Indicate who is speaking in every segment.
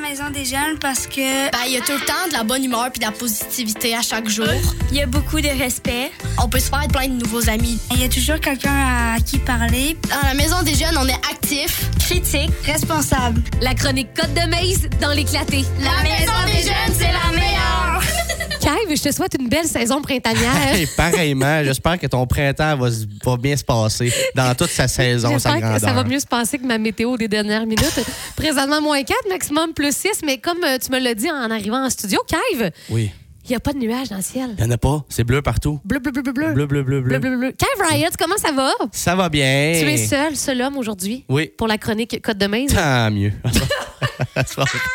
Speaker 1: maison des jeunes parce que
Speaker 2: Ben, il y a tout le temps de la bonne humeur puis de la positivité à chaque jour.
Speaker 1: il y a beaucoup de respect.
Speaker 2: On peut se faire plein de nouveaux amis.
Speaker 1: Il y a toujours quelqu'un à qui parler.
Speaker 2: Dans la maison des jeunes, on est actif.
Speaker 1: Critique, responsable.
Speaker 3: La chronique Côte de Maze dans l'éclaté.
Speaker 2: La maison des jeunes, c'est la meilleure.
Speaker 3: Kev, je te souhaite une belle saison printanière.
Speaker 4: Hey, pareillement, j'espère que ton printemps va, se- va bien se passer dans toute sa saison, sa
Speaker 3: J'espère
Speaker 4: grandeur.
Speaker 3: que ça va mieux se passer que ma météo des dernières minutes. Présentement, moins 4, maximum plus 6. Mais comme euh, tu me l'as dit en arrivant en studio, Kev,
Speaker 4: Oui.
Speaker 3: il n'y a pas de nuages dans le ciel.
Speaker 4: Il n'y en a pas. C'est bleu partout.
Speaker 3: Bleu, bleu, bleu, bleu, bleu.
Speaker 4: Bleu, bleu, bleu, bleu.
Speaker 3: Bleu, bleu, bleu. Kev Riot, comment ça va?
Speaker 4: Ça va bien.
Speaker 3: Tu es seul, seul homme aujourd'hui
Speaker 4: Oui.
Speaker 3: pour la chronique Côte de Maze.
Speaker 4: Tant mieux.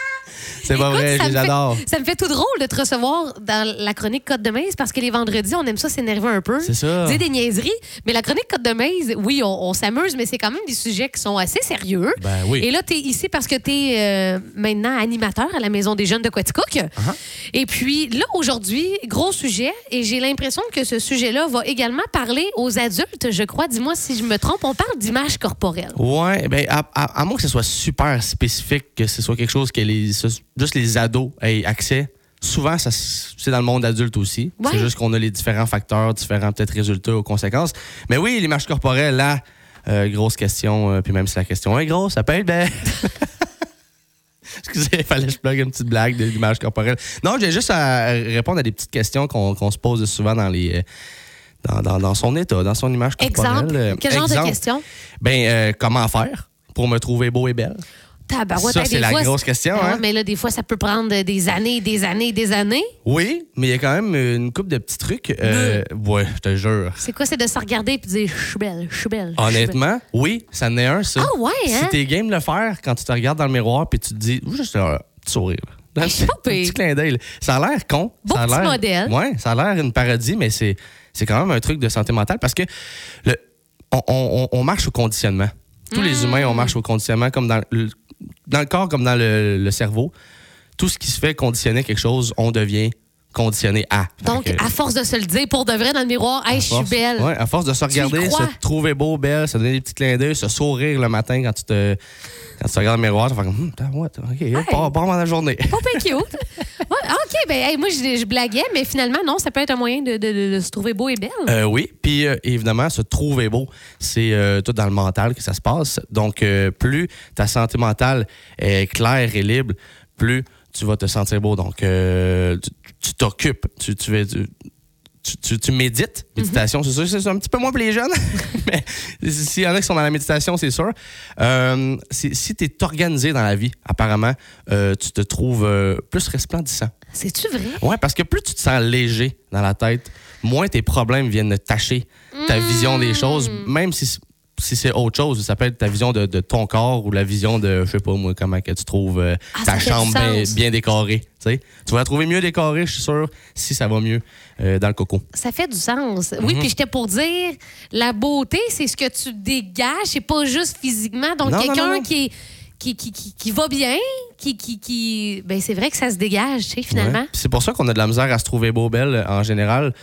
Speaker 4: C'est pas
Speaker 3: Écoute,
Speaker 4: vrai,
Speaker 3: ça
Speaker 4: Ah, je
Speaker 3: me
Speaker 4: les
Speaker 3: fait-
Speaker 4: adore.
Speaker 3: Ça me fait tout drôle de te recevoir dans la chronique Côte de Maze parce que les vendredis, on aime ça s'énerver un peu.
Speaker 4: C'est ça.
Speaker 3: Dire des niaiseries. Mais la chronique Côte de Maze, oui, on, on s'amuse, mais c'est quand même des sujets qui sont assez sérieux.
Speaker 4: Ben oui.
Speaker 3: Et là, tu es ici parce que tu es maintenant animateur à la Maison des Jeunes de Quaticook.
Speaker 4: Ah
Speaker 3: Et puis là, aujourd'hui, gros sujet. Et j'ai l'impression que ce sujet-là va également parler aux adultes, je crois. Dis-moi si je me trompe. On parle d'image corporelle.
Speaker 4: Ouais, ben à, à- à moins que ce soit super spécifique, que ce soit quelque chose que les, ce- juste les ados aient accès. Souvent, ça s- c'est dans le monde adulte aussi.
Speaker 3: Ouais.
Speaker 4: C'est juste qu'on a les différents facteurs, différents peut-être résultats ou conséquences. Mais oui, l'image corporelle, là, euh, grosse question. euh, puis même si la question est grosse, ça peut être belle. Excusez, il fallait que je plug une petite blague de l'image corporelle. Non, j'ai juste à répondre à des petites questions qu'on qu'on se pose souvent dans les... euh, Dans, dans- dans son état, dans son image corporelle.
Speaker 3: Exemple.
Speaker 4: Euh,
Speaker 3: Quel genre
Speaker 4: exemple.
Speaker 3: de question?
Speaker 4: Ben, euh, comment faire pour me trouver beau et belle?
Speaker 3: Tabarouette,
Speaker 4: Ça,
Speaker 3: hey,
Speaker 4: c'est
Speaker 3: des
Speaker 4: la
Speaker 3: fois,
Speaker 4: grosse question,
Speaker 3: Ah ouais,
Speaker 4: hein?
Speaker 3: Mais là, des fois, ça peut prendre des années, des années, des années.
Speaker 4: Oui, mais il y a quand même une coupe de petits trucs. euh, ouais, je te jure.
Speaker 3: C'est quoi? C'est de se regarder et dire « Je suis belle, je suis belle. »
Speaker 4: Honnêtement, oui, ça en est un, ça.
Speaker 3: Ah ouais, hein?
Speaker 4: Si t'es game de le faire, quand tu te regardes dans le miroir puis tu te dis, Ouh, juste un petit sourire. Un
Speaker 3: c'est pas pire.
Speaker 4: petit clin d'œil. Ça a l'air con.
Speaker 3: Beau
Speaker 4: ça a
Speaker 3: petit
Speaker 4: l'air-
Speaker 3: modèle.
Speaker 4: Ouais, ça a l'air une parodie, mais c'est c'est quand même un truc de santé mentale parce que le, on, on- on- on marche au conditionnement. Tous
Speaker 3: Hmm.
Speaker 4: les humains, on marche au conditionnement comme dans le, dans le corps comme dans le, le cerveau. Tout ce qui se fait conditionner quelque chose, on devient conditionné à. Fait
Speaker 3: Donc,
Speaker 4: que-
Speaker 3: à force de se le dire pour de vrai dans le miroir, « Hey, je suis
Speaker 4: force-
Speaker 3: belle.
Speaker 4: ouais, à force de se
Speaker 3: Tu y
Speaker 4: regarder, se
Speaker 3: crois?
Speaker 4: trouver beau, belle, se donner des petits clins d'œil, se sourire le matin quand tu te, quand tu te regardes dans le miroir, tu fais comme, Hum, t'as- what? OK, pas, pas mal la journée.
Speaker 3: Pas bien cute. Ouais, ah, OK, ben, hey, moi, je, je blaguais, mais finalement, non, ça peut être un moyen de, de- de- de se trouver beau et belle.
Speaker 4: Euh, oui, puis euh, évidemment, se trouver beau, c'est euh, tout dans le mental que ça se passe. Donc, euh, plus ta santé mentale est claire et libre, plus tu vas te sentir beau. Donc, euh, tu- tu t'occupes, tu, tu, vas- tu, tu, tu- tu médites. Méditation, c'est sûr, c'est un petit peu moins pour les jeunes, mais s'il y en a qui sont dans la méditation, c'est sûr. Euh, si tu es organisé dans la vie, apparemment, euh, tu te trouves euh, plus resplendissant.
Speaker 3: C'est-tu vrai?
Speaker 4: Ouais, parce que plus tu te sens léger dans la tête, moins tes problèmes viennent de tâcher ta
Speaker 3: Mm.
Speaker 4: vision des choses, même si, si c'est autre chose. Ça peut être ta vision de, de ton corps ou la vision de, je sais pas moi, comment que tu trouves euh,
Speaker 3: Ah, ça
Speaker 4: ta
Speaker 3: fait
Speaker 4: chambre
Speaker 3: du
Speaker 4: bien,
Speaker 3: sens.
Speaker 4: bien décorée. tu sais. Tu vas la trouver mieux décorée, je suis sûr, si ça va mieux euh, dans le coco.
Speaker 3: Ça fait du sens. Oui,
Speaker 4: Mhm.
Speaker 3: puis j'étais pour dire, la beauté, c'est ce que tu dégages, c'est pas juste physiquement. Donc,
Speaker 4: Non, non, non,
Speaker 3: quelqu'un
Speaker 4: non.
Speaker 3: qui, est- qui, qui, qui, qui va bien, qui... qui, qui... Ben, c'est vrai que ça se dégage, tu sais, finalement.
Speaker 4: Ouais. Puis C'est pour ça qu'on a de la misère à se trouver beau, belle euh, en général,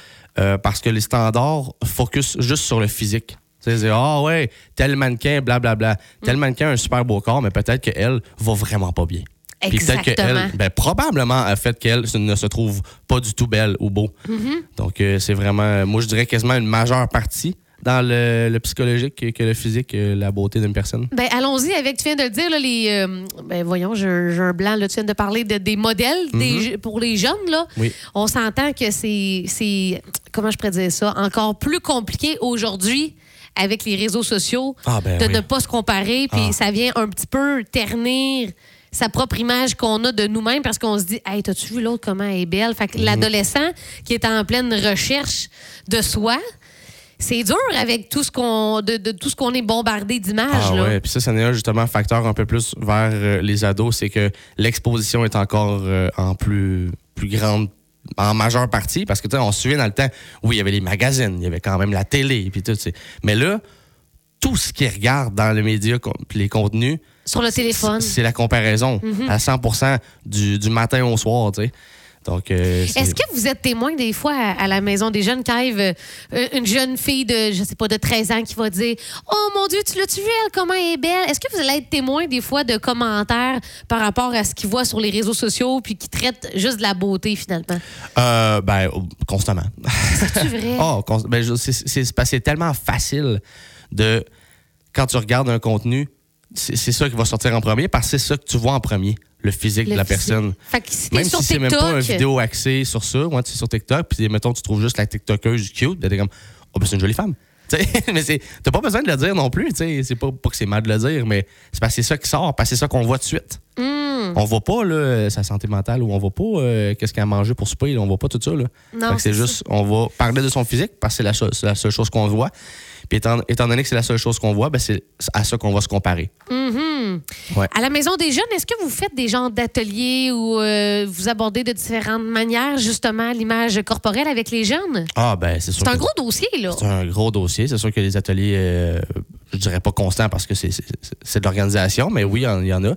Speaker 4: euh, parce que les standards focus juste sur le physique. Tu sais, c'est, ah ouais, tel mannequin, blablabla.
Speaker 3: Mm.
Speaker 4: Tel mannequin a un super beau corps, mais peut-être qu'elle va vraiment pas bien. Puis peut-être
Speaker 3: Exactement.
Speaker 4: qu'elle, ben, probablement, a fait qu'elle se- ne se trouve pas du tout belle ou beau.
Speaker 3: Mm-hmm.
Speaker 4: Donc, euh, c'est vraiment, euh, moi, je dirais quasiment une majeure partie dans le, le psychologique que, que le physique, euh, la beauté d'une personne.
Speaker 3: Ben, allons-y avec, tu viens de le dire, là, les. euh, ben, voyons, j'ai j'ai un blanc, là, tu viens de parler de, des modèles des je- pour les jeunes, là.
Speaker 4: Mhm. Oui.
Speaker 3: On s'entend que c'est. c'est- Comment je pourrais dire ça? Encore plus compliqué aujourd'hui avec les réseaux sociaux
Speaker 4: Ah, ben
Speaker 3: de
Speaker 4: oui.
Speaker 3: ne pas se comparer, puis
Speaker 4: Ah.
Speaker 3: ça vient un petit peu ternir sa propre image qu'on a de nous-mêmes parce qu'on se dit Hey, t'as-tu vu l'autre comment elle est belle? Fait que
Speaker 4: Mhm.
Speaker 3: l'adolescent qui est en pleine recherche de soi, c'est dur avec tout ce qu'on de, de tout ce qu'on est bombardé d'images.
Speaker 4: Ah
Speaker 3: là.
Speaker 4: ouais, puis ça, c'est un justement facteur un peu plus vers euh, les ados, c'est que l'exposition est encore euh, en plus, plus grande, en majeure partie, parce que tu sais, on se souvient dans le temps, oui, il y avait les magazines, il y avait quand même la télé, puis tout, tu sais. mais là, tout ce qu'ils regardent dans les médias, com- puis les contenus,
Speaker 3: Sur le téléphone.
Speaker 4: c'est c'est la comparaison à 100 du, du matin au soir, tu sais. Donc, euh, c'est-
Speaker 3: Est-ce que vous êtes témoin des fois à, à la maison des jeunes qu'arrive euh, une jeune fille de, je sais pas, de 13 ans qui va dire Oh mon Dieu, tu l'as-tu vu, elle, comment elle est belle? Est-ce que vous allez être témoin des fois de commentaires par rapport à ce qu'ils voient sur les réseaux sociaux puis qui traitent juste de la beauté finalement?
Speaker 4: Euh, ben, constamment.
Speaker 3: C'est vrai?
Speaker 4: Oh, cons- ben, je- c'est- c'est c'est parce que c'est tellement facile de. Quand tu regardes un contenu, c'est c'est ça qui va sortir en premier parce que c'est ça que tu vois en premier, le physique
Speaker 3: Le
Speaker 4: de la
Speaker 3: physique.
Speaker 4: personne.
Speaker 3: Fait que si t'es
Speaker 4: Même
Speaker 3: sur
Speaker 4: si c'est même
Speaker 3: TikTok,
Speaker 4: pas une vidéo axée sur ça, moi, tu es sur TikTok, puis mettons, tu trouves juste la TikTokeuse cute, ben, t'es comme, oh, ben, c'est une jolie femme. Tu sais, mais c'est- t'as pas besoin de le dire non plus, tu sais. C'est pas, pas que c'est mal de le dire, mais c'est parce que c'est ça qui sort, parce que c'est ça qu'on voit de suite.
Speaker 3: Hmm.
Speaker 4: On voit pas là, sa santé mentale ou on voit pas euh, qu'est-ce qu'elle a mangé pour souper, là, on voit pas tout ça. Là.
Speaker 3: Non,
Speaker 4: Fait que c'est
Speaker 3: c'est
Speaker 4: juste, on va parler de son physique parce que c'est la, seule- c'est la seule chose qu'on voit. Puis étant, étant donné que c'est la seule chose qu'on voit, ben, c'est à ça qu'on va se comparer. Ouais.
Speaker 3: À la maison des jeunes, est-ce que vous faites des genres d'ateliers où euh, vous abordez de différentes manières justement l'image corporelle avec les jeunes?
Speaker 4: Ah, ben, c'est sûr.
Speaker 3: C'est un
Speaker 4: que-
Speaker 3: gros dossier, là.
Speaker 4: C'est un gros dossier. C'est sûr que les ateliers, euh, je dirais pas constants parce que c'est- c'est c'est de l'organisation, mais oui, il y en- il y, en a.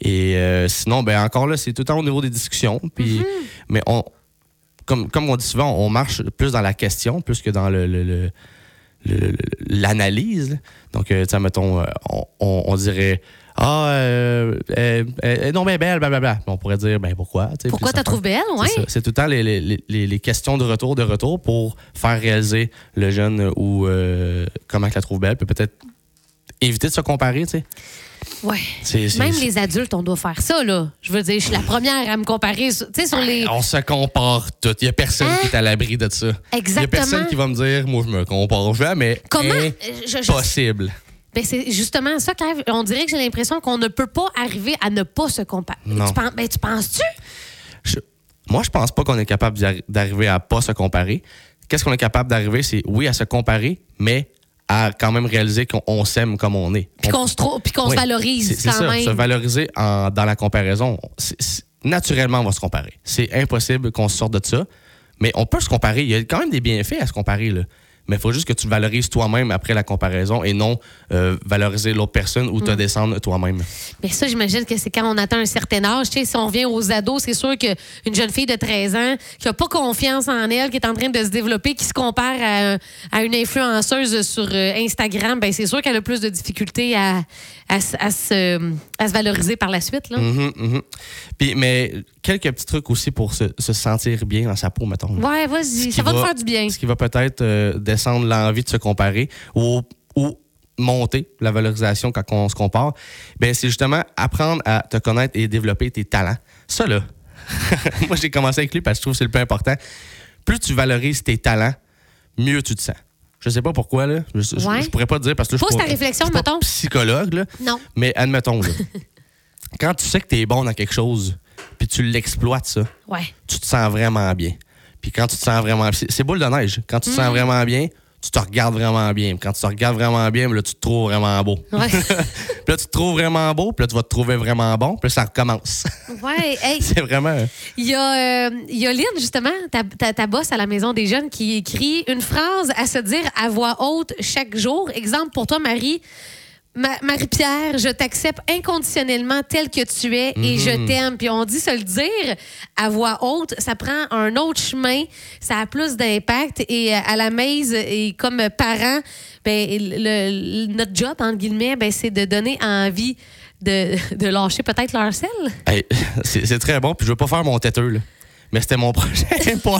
Speaker 4: Et euh, sinon, ben encore là, c'est tout le temps au niveau des discussions. Puis,
Speaker 3: Mm-hmm.
Speaker 4: Mais on, comme, comme on dit souvent, on marche plus dans la question, plus que dans le. le- le- le- le- l'analyse. là. Donc, euh, tu sais, mettons, euh, on, on- on dirait Ah, euh, euh, euh, non, mais belle, blablabla. Mais On pourrait dire Ben pourquoi tu sais,
Speaker 3: Pourquoi
Speaker 4: puis ça
Speaker 3: t'as trouvé belle?
Speaker 4: c'est
Speaker 3: Ouais.
Speaker 4: ça. C'est tout le temps les, les- les- les questions de retour, de retour pour faire réaliser le jeune ou euh, comment je la trouve belle. Puis peut-être éviter de se comparer, tu sais.
Speaker 3: Ouais.
Speaker 4: C'est- c'est-
Speaker 3: Même
Speaker 4: c'est-
Speaker 3: les adultes, on doit faire ça, là. Je veux dire, je suis la première à me comparer, sur- tu sais, sur les...
Speaker 4: Ah, On se compare tout. Il n'y a personne
Speaker 3: Hein?
Speaker 4: qui est à l'abri de ça. Il n'y a
Speaker 3: Exactement.
Speaker 4: personne qui va me dire, moi, je me compare jamais.
Speaker 3: Comment... Euh,
Speaker 4: Hein?
Speaker 3: je- je-
Speaker 4: Possible.
Speaker 3: Ben, c'est justement ça, Clive. On dirait que j'ai l'impression qu'on ne peut pas arriver à ne pas se comparer.
Speaker 4: Non.
Speaker 3: Tu, penses- ben, tu penses-tu?
Speaker 4: Je- moi, je pense pas qu'on est capable d'y arri- d'arriver à pas se comparer. Qu'est-ce qu'on est capable d'arriver, c'est oui à se comparer, mais à quand même réaliser qu'on on s'aime comme on est.
Speaker 3: Puis
Speaker 4: On-
Speaker 3: qu'on se, trou- puis qu'on se
Speaker 4: Oui, c'est-
Speaker 3: valorise
Speaker 4: c'est
Speaker 3: quand
Speaker 4: ça,
Speaker 3: même.
Speaker 4: Se valoriser en- dans la comparaison, c'est- c'est- naturellement, on va se comparer. C'est impossible qu'on sorte de ça, mais on peut se comparer. Il y a quand même des bienfaits à se comparer. Là. Mais il faut juste que tu valorises toi-même après la comparaison et non euh, valoriser l'autre personne ou te
Speaker 3: Mm.
Speaker 4: descendre toi-même.
Speaker 3: Mais ça, j'imagine que c'est quand on atteint un certain âge. Tu sais, si on revient aux ados, c'est sûr qu'une jeune fille de 13 ans qui n'a pas confiance en elle, qui est en train de se développer, qui se compare à, à une influenceuse sur euh, Instagram, ben c'est sûr qu'elle a plus de difficultés à, à, s- à se, à se valoriser par la suite. Là.
Speaker 4: Mhm, mhm. Puis, mais quelques petits trucs aussi pour se, se sentir bien dans sa peau, mettons.
Speaker 3: Ouais,
Speaker 4: Ce
Speaker 3: vas-y,
Speaker 4: qui
Speaker 3: ça va, te faire du bien.
Speaker 4: Ce qui va peut-être euh, descendre l'envie de se comparer ou, ou monter la valorisation quand on se compare, ben, c'est justement apprendre à te connaître et développer tes talents. Ça, là, moi, j'ai commencé avec lui parce que je trouve que c'est le plus important. Plus tu valorises tes talents, mieux tu te sens. Je sais pas pourquoi, là. Je, je-
Speaker 3: Ouais.
Speaker 4: je pourrais pas te dire parce que là, je
Speaker 3: Pose
Speaker 4: suis
Speaker 3: ta
Speaker 4: pas-
Speaker 3: réflexion,
Speaker 4: je suis pas
Speaker 3: mettons.
Speaker 4: psychologue, là.
Speaker 3: Non.
Speaker 4: Mais admettons, là, quand tu sais que tu es bon dans quelque chose, puis tu l'exploites, ça,
Speaker 3: Ouais.
Speaker 4: tu te sens vraiment bien. Puis quand tu te sens vraiment c'est c'est boule de neige. Quand tu te sens vraiment bien, tu te regardes vraiment bien. Puis Quand tu te regardes vraiment bien, ben là, tu te trouves vraiment beau.
Speaker 3: Ouais.
Speaker 4: puis là, tu te trouves vraiment beau, puis là, tu vas te trouver vraiment bon, puis là, ça recommence.
Speaker 3: ouais. Hey,
Speaker 4: c'est vraiment.
Speaker 3: Il y, a, euh, il y a Lynn, justement, ta, ta, ta boss à la Maison des Jeunes, qui écrit une phrase à se dire à voix haute chaque jour. Exemple pour toi, Marie. Ma- Marie-Pierre, je t'accepte inconditionnellement tel que tu es et je t'aime. Puis on dit se le dire à voix haute, ça prend un autre chemin, ça a plus d'impact. Et euh, à la maise, et comme parent, ben, le- le- notre job, entre guillemets, ben, c'est de donner envie de, de lâcher peut-être leur sel.
Speaker 4: Hey, c'est c'est très bon, puis je veux pas faire mon têteux, là. Mais c'était mon prochain point.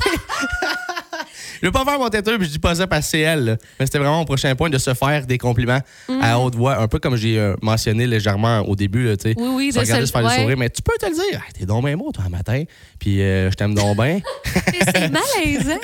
Speaker 4: je veux pas faire mon têteux, puis je dis pas ça parce que c'est elle, là. Mais c'était vraiment mon prochain point de se faire des compliments
Speaker 3: Mm.
Speaker 4: à haute voix, un peu comme j'ai euh, mentionné légèrement au début, là, tu sais.
Speaker 3: Oui, oui,
Speaker 4: se
Speaker 3: de
Speaker 4: regarder
Speaker 3: se-
Speaker 4: se faire le
Speaker 3: ouais.
Speaker 4: sourire, mais tu peux te le dire. Hey, T'es donc bien beau, toi, un matin, puis euh, je t'aime donc bien.
Speaker 3: c'est malaisant.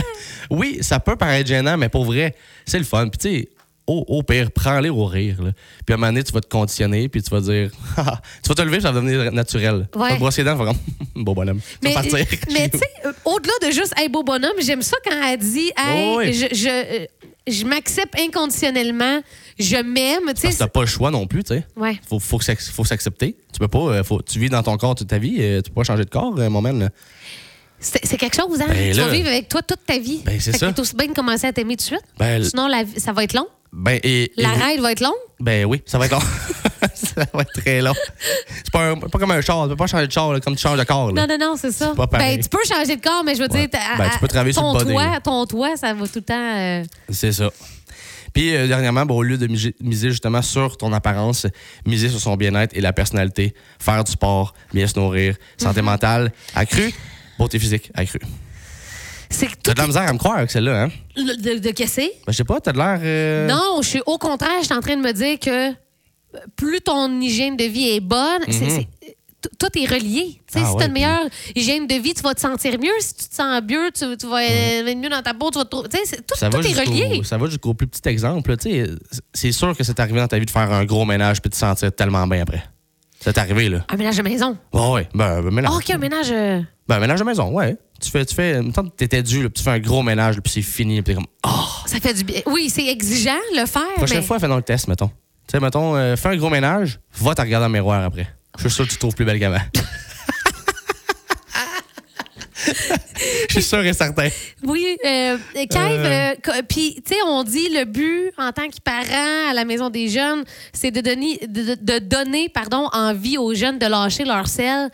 Speaker 4: Oui, ça peut paraître gênant, mais pour vrai, c'est le fun. Puis tu sais, au, au pire, prends-les au rire. là. Puis à un moment donné, tu vas te conditionner, puis tu vas dire, Ah, tu vas te lever, ça va devenir naturel. Tu vas
Speaker 3: Ouais.
Speaker 4: te brosser les dents, tu vas comme, beau bonhomme. Tu vas
Speaker 3: Mais,
Speaker 4: partir.
Speaker 3: mais tu sais, euh, au-delà de juste Hey, beau bonhomme, j'aime ça quand elle dit Hey,
Speaker 4: Oh oui.
Speaker 3: je, je, euh, je m'accepte inconditionnellement, je m'aime. Tu
Speaker 4: Parce
Speaker 3: sais,
Speaker 4: que t'as pas le choix non plus, tu sais.
Speaker 3: Ouais.
Speaker 4: Faut, faut, que s'ac- faut s'accepter. Tu peux pas, euh, faut, tu vis dans ton corps toute ta vie, euh, tu peux pas changer de corps, euh, mon man. là.
Speaker 3: c'est c'est quelque chose, hein?
Speaker 4: Ben
Speaker 3: tu vas
Speaker 4: là.
Speaker 3: vivre avec toi toute ta vie.
Speaker 4: Ben, c'est
Speaker 3: Fait que
Speaker 4: ça.
Speaker 3: t'es aussi bien de commencer à t'aimer tout de suite.
Speaker 4: Ben, l-
Speaker 3: Sinon, la vie- ça va être long.
Speaker 4: Ben, et, et-
Speaker 3: La ride va être long.
Speaker 4: ben oui, ça va être long. ça va être très long. C'est pas, un- pas comme un char. Tu peux pas changer de char là, comme tu changes de corps. là.
Speaker 3: Non, non, non, c'est ça.
Speaker 4: C'est pas pareil.
Speaker 3: Ben, tu peux changer de corps, mais je veux
Speaker 4: Ouais.
Speaker 3: dire, t'as-
Speaker 4: Ben, tu peux travailler sur
Speaker 3: ton,
Speaker 4: le body,
Speaker 3: toit,
Speaker 4: là.
Speaker 3: ton toit, ça va tout le temps. euh,
Speaker 4: C'est ça. Puis, euh, dernièrement, ben, au lieu de miser- miser justement sur ton apparence, miser sur son bien-être et la personnalité, faire du sport, bien se nourrir,
Speaker 3: Mm-hmm.
Speaker 4: santé mentale accrue, beauté physique accrue.
Speaker 3: C'est que
Speaker 4: T'as
Speaker 3: tout.
Speaker 4: de la misère à me croire avec celle-là, hein?
Speaker 3: le- De, de casser?
Speaker 4: Ben, je sais pas, t'as de l'air. euh,
Speaker 3: Non, je suis au contraire, je suis en train de me dire que euh, plus ton hygiène de vie est bonne, c'est-
Speaker 4: Mhm.
Speaker 3: c'est- tout- tout est relié. Tu sais,
Speaker 4: Ah
Speaker 3: si tu
Speaker 4: ouais,
Speaker 3: as une meilleure hygiène de vie, tu vas te sentir mieux. Si tu te sens mieux, tu, tu vas être mieux dans ta peau, tu vas te trouver. tu sais, c'est- Tout,
Speaker 4: Ça
Speaker 3: tout
Speaker 4: va,
Speaker 3: est relié.
Speaker 4: jusqu'au, ça va jusqu'au plus petit exemple. là. Tu sais, C'est sûr que c'est arrivé dans ta vie de faire un gros ménage puis de te sentir tellement bien après. C'est arrivé, là.
Speaker 3: Un ménage de maison.
Speaker 4: Ouais, ouais. Ben, ben, ménage.
Speaker 3: Ah, OK, un ménage. euh,
Speaker 4: Ben, ménage de maison, ouais. Tu fais, tu fais, une fois que t'étais dû, là, puis tu fais un gros ménage, là, puis c'est fini, puis t'es comme, oh!
Speaker 3: Ça fait du bien. Oui, c'est exigeant le faire.
Speaker 4: Prochaine
Speaker 3: mais...
Speaker 4: fois, fais dans le test, mettons. Tu sais, mettons, euh, fais un gros ménage, va te regarder dans le miroir après. Je suis sûr que tu te trouves plus belle qu'avant. Je suis sûr et certain.
Speaker 3: Oui, euh, Kev,
Speaker 4: Euh.
Speaker 3: euh, co- puis tu sais, on dit le but en tant que parent à la maison des jeunes, c'est de donner, de, de- de donner pardon, envie aux jeunes de lâcher leur sel.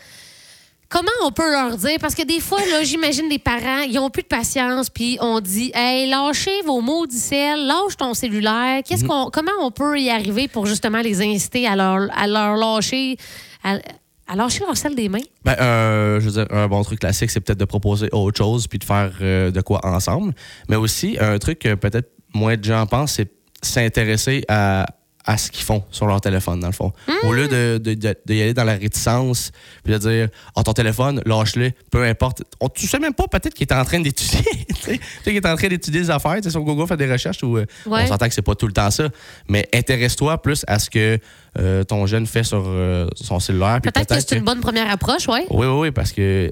Speaker 3: Comment on peut leur dire? Parce que des fois, là, j'imagine des parents, ils ont plus de patience, puis on dit, hey, lâchez vos maudits sel, lâche ton cellulaire. Qu'est-ce
Speaker 4: Mhm.
Speaker 3: qu'on, comment on peut y arriver pour justement les inciter à leur, à leur lâcher, à, à lâcher leur sel des mains?
Speaker 4: Ben, euh, je veux dire, un bon truc classique, c'est peut-être de proposer autre chose puis de faire euh, de quoi ensemble. Mais aussi, un truc que peut-être moins de gens pensent, c'est s'intéresser à, à ce qu'ils font sur leur téléphone, dans le fond.
Speaker 3: Hmm.
Speaker 4: Au lieu de, de, de- d'y aller dans la réticence puis de dire, oh, ton téléphone, lâche-le, peu importe. On, tu sais même pas peut-être qu'il est en train d'étudier. tu sais, Peut-être qu'il est en train d'étudier des affaires. Tu sais, sur Google, faire des recherches ou euh,
Speaker 3: Ouais.
Speaker 4: on s'entend que c'est pas tout le temps ça. Mais intéresse-toi plus à ce que euh, ton jeune fait sur euh, son cellulaire. puis
Speaker 3: Peut-être que c'est
Speaker 4: que-
Speaker 3: une bonne première approche, oui.
Speaker 4: oui, oui, oui, parce que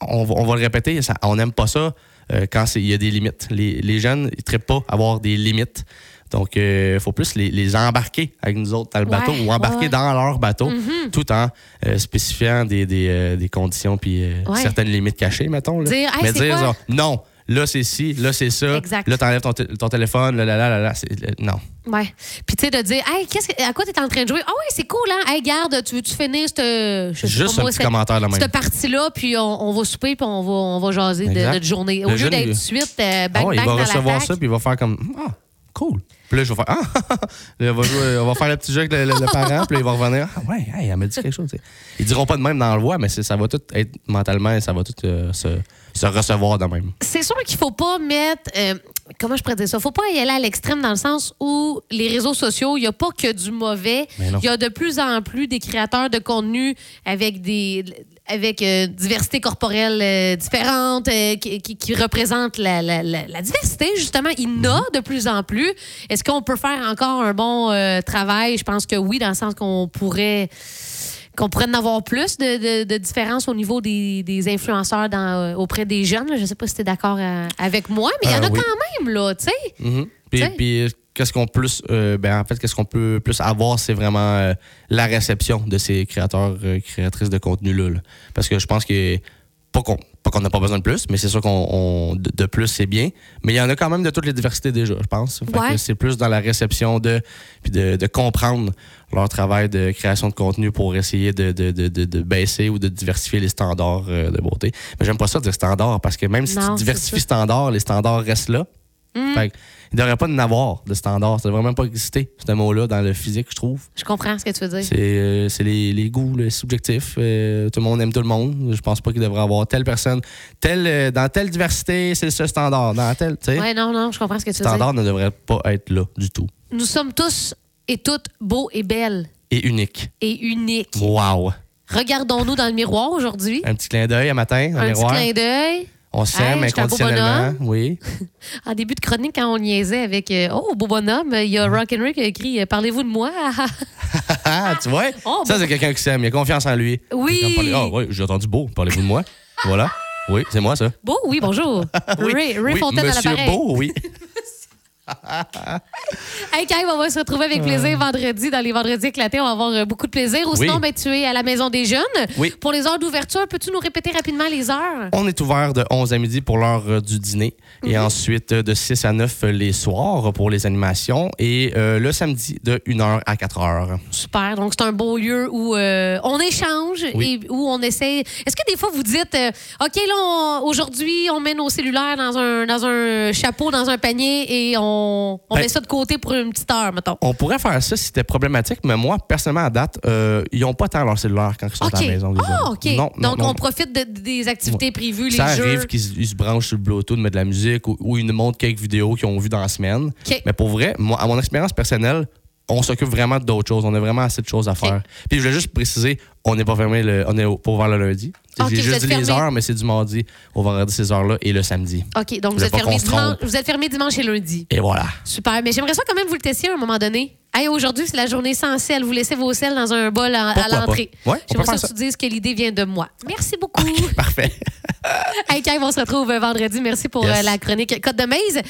Speaker 4: on, va- on va le répéter, ça- on n'aime pas ça euh, quand c'est- il y a des limites. Les, les jeunes, ils ne traitent pas avoir des limites. Donc, il faut plus les, les embarquer avec nous autres dans le
Speaker 3: Ouais,
Speaker 4: bateau ou embarquer
Speaker 3: ouais. Mm-hmm.
Speaker 4: dans leur bateau tout en euh, spécifiant des, des, euh, des conditions puis euh,
Speaker 3: Ouais.
Speaker 4: certaines limites cachées, mettons. là.
Speaker 3: Dire, Hey,
Speaker 4: Mais
Speaker 3: c'est
Speaker 4: dire,
Speaker 3: quoi?
Speaker 4: genre, non, là c'est ci, là c'est ça,
Speaker 3: Exact.
Speaker 4: là t'enlèves ton, tél- ton téléphone, là là là là, là, c'est- euh, non.
Speaker 3: Ouais. Puis tu sais de dire "Hey, qu'est-ce que- à quoi tu es en train de jouer Ah ouais, c'est cool hein. Hey, garde, tu veux tu finir cette je sais
Speaker 4: Juste
Speaker 3: pas moi,
Speaker 4: un petit
Speaker 3: cette-
Speaker 4: commentaire là même.
Speaker 3: cette partie-là puis on, on va souper puis on va on va jaser de
Speaker 4: Exact.
Speaker 3: notre journée au
Speaker 4: Le
Speaker 3: lieu
Speaker 4: jeune,
Speaker 3: d'être
Speaker 4: il-
Speaker 3: tout de suite euh, bang
Speaker 4: Ah ouais,
Speaker 3: bang
Speaker 4: il va
Speaker 3: dans
Speaker 4: recevoir
Speaker 3: l'attaque.
Speaker 4: ça, puis il va faire comme Ah, cool. Puis là, je vais faire Ah, Là, on va, jouer- on va faire le petit jeu avec le, le- le parent, puis là, il va revenir Ah, ouais, hey, elle m'a dit quelque chose. tu sais. Ils diront pas de même dans le voix, mais c'est- ça va tout être mentalement, ça va tout euh, se, se recevoir de même.
Speaker 3: C'est sûr qu'il faut pas mettre euh, comment je pourrais dire ça, faut pas y aller à l'extrême dans le sens où les réseaux sociaux, il n'y a pas que du mauvais,
Speaker 4: Mais non.
Speaker 3: il y a de plus en plus des créateurs de contenu avec des avec euh, diversité corporelle euh, différente, euh, qui, qui- qui représentent la, la- la- la diversité, justement. Il y
Speaker 4: Mhm.
Speaker 3: en a de plus en plus. Est-ce qu'on peut faire encore un bon euh, travail? Je pense que oui, dans le sens qu'on pourrait qu'on pourrait en avoir plus de, de, de différences au niveau des, des influenceurs dans, euh, auprès des jeunes. là. Je ne sais pas si tu es d'accord euh, avec moi, mais il y en
Speaker 4: Euh,
Speaker 3: a
Speaker 4: oui.
Speaker 3: quand même, là, tu sais.
Speaker 4: Mhm. Puis,
Speaker 3: T'sais.
Speaker 4: puis, euh, qu'est-ce qu'on plus euh, ben, en fait qu'est-ce qu'on peut plus avoir c'est vraiment euh, la réception de ces créateurs euh, créatrices de contenu là, parce que je pense que pas qu'on pas qu'on n'a pas besoin de plus mais c'est sûr qu'on on- de, de plus c'est bien mais il y en a quand même de toutes les diversités déjà je pense Fait que
Speaker 3: Ouais.
Speaker 4: c'est plus dans la réception de puis de, de comprendre leur travail de création de contenu pour essayer de, de- de- de- de baisser ou de diversifier les standards euh, de beauté mais j'aime pas ça dire standard parce que même si
Speaker 3: Non,
Speaker 4: tu
Speaker 3: c'est
Speaker 4: diversifies
Speaker 3: ça. Mm.
Speaker 4: standards les standards restent là fait que, il devrait pas en avoir de standard. Ça devrait même pas exister, ce mot-là, dans le physique, je trouve.
Speaker 3: Je comprends ce que tu veux dire.
Speaker 4: C'est euh, c'est les, les goûts les subjectifs. Euh, tout le monde aime tout le monde. Je pense pas qu'il devrait avoir telle personne. Telle, euh, dans telle diversité, c'est ce standard. Dans telle, tu sais,
Speaker 3: Oui, non, non, je comprends ce que tu veux dire.
Speaker 4: standard ne devrait pas être là du tout.
Speaker 3: Nous sommes tous et toutes beaux et belles
Speaker 4: Et unique.
Speaker 3: et uniques.
Speaker 4: Wow!
Speaker 3: Regardons-nous dans le miroir aujourd'hui.
Speaker 4: Un petit clin d'œil à matin, Hein, dans le
Speaker 3: Un petit
Speaker 4: miroir.
Speaker 3: clin d'œil.
Speaker 4: On s'aime
Speaker 3: Hey, je suis un beau
Speaker 4: inconditionnellement. Oui.
Speaker 3: En début de chronique, quand on niaisait avec euh, Oh, beau bonhomme, il y a Rock Henry qui a écrit euh, Parlez-vous de moi.
Speaker 4: Ah, tu vois?
Speaker 3: Oh,
Speaker 4: ça, c'est quelqu'un qui s'aime. Il a confiance en lui.
Speaker 3: Oui.
Speaker 4: C'est comme parler- Ah, oui, j'ai entendu beau. Parlez-vous de moi. voilà. Oui, c'est moi, ça.
Speaker 3: beau, oui, bonjour. Ray, Ray
Speaker 4: Oui,
Speaker 3: Fontaine à
Speaker 4: Monsieur
Speaker 3: l'appareil.
Speaker 4: Beau, oui.
Speaker 3: Hey, Kev, on va se retrouver avec plaisir vendredi dans les vendredis éclatés. On va avoir euh, beaucoup de plaisir. Ou
Speaker 4: Oui.
Speaker 3: sinon, ben, tu es à la maison des jeunes.
Speaker 4: Oui.
Speaker 3: Pour les heures d'ouverture, peux-tu nous répéter rapidement les heures?
Speaker 4: On est ouvert de 11 à midi pour l'heure euh, du dîner et
Speaker 3: Mhm.
Speaker 4: ensuite euh, de 6 à 9 euh, les soirs pour les animations et euh, le samedi de 1h à 4h.
Speaker 3: Super. Donc, c'est un beau lieu où euh, on échange
Speaker 4: Oui.
Speaker 3: et où on essaie. Est-ce que des fois, vous dites, euh, OK, là, on- aujourd'hui, on met nos cellulaires dans un, dans un chapeau, dans un panier et on, on
Speaker 4: Ben-
Speaker 3: met ça de côté pour une petite heure, mettons?
Speaker 4: On pourrait faire ça si c'était problématique, mais moi, personnellement, à date, euh, ils n'ont pas tant leur cellulaire quand ils sont
Speaker 3: OK.
Speaker 4: à la maison. les
Speaker 3: Ah,
Speaker 4: hommes.
Speaker 3: OK.
Speaker 4: Non, non,
Speaker 3: Donc,
Speaker 4: non.
Speaker 3: on profite de- des activités prévues, les
Speaker 4: ça
Speaker 3: jeux.
Speaker 4: arrive qu'ils ils se branchent sur le Bluetooth, mettent de la musique ou, ou ils nous montrent quelques vidéos qu'ils ont vues dans la semaine.
Speaker 3: OK.
Speaker 4: Mais pour vrai, moi, à mon expérience personnelle, on s'occupe vraiment d'autres choses. On a vraiment assez de choses à faire. Puis je voulais juste préciser, on n'est pas fermé, le, on est au- pas ouvert le lundi.
Speaker 3: OK,
Speaker 4: J'ai
Speaker 3: vous
Speaker 4: juste
Speaker 3: êtes
Speaker 4: dit les
Speaker 3: fermé.
Speaker 4: heures, mais c'est du mardi au vendredi ces heures-là et le samedi.
Speaker 3: OK, donc vous
Speaker 4: Voulais
Speaker 3: êtes,
Speaker 4: pas
Speaker 3: fermé
Speaker 4: qu'on se
Speaker 3: dimanche,
Speaker 4: trompe.
Speaker 3: vous êtes fermé dimanche et lundi.
Speaker 4: Et voilà.
Speaker 3: Super. Mais j'aimerais ça quand même vous le tester à un moment donné. Hey, aujourd'hui, c'est la journée sans sel. Vous laissez vos sels dans un bol à, à
Speaker 4: Pourquoi pas?
Speaker 3: l'entrée.
Speaker 4: Ouais, on peut
Speaker 3: j'aimerais ça
Speaker 4: faire
Speaker 3: que
Speaker 4: ça.
Speaker 3: tu dises que l'idée vient de moi. Merci beaucoup.
Speaker 4: Parfait.
Speaker 3: hey, Kev, on se retrouve vendredi. Merci pour
Speaker 4: Yes.
Speaker 3: euh, la chronique Côte de Maze.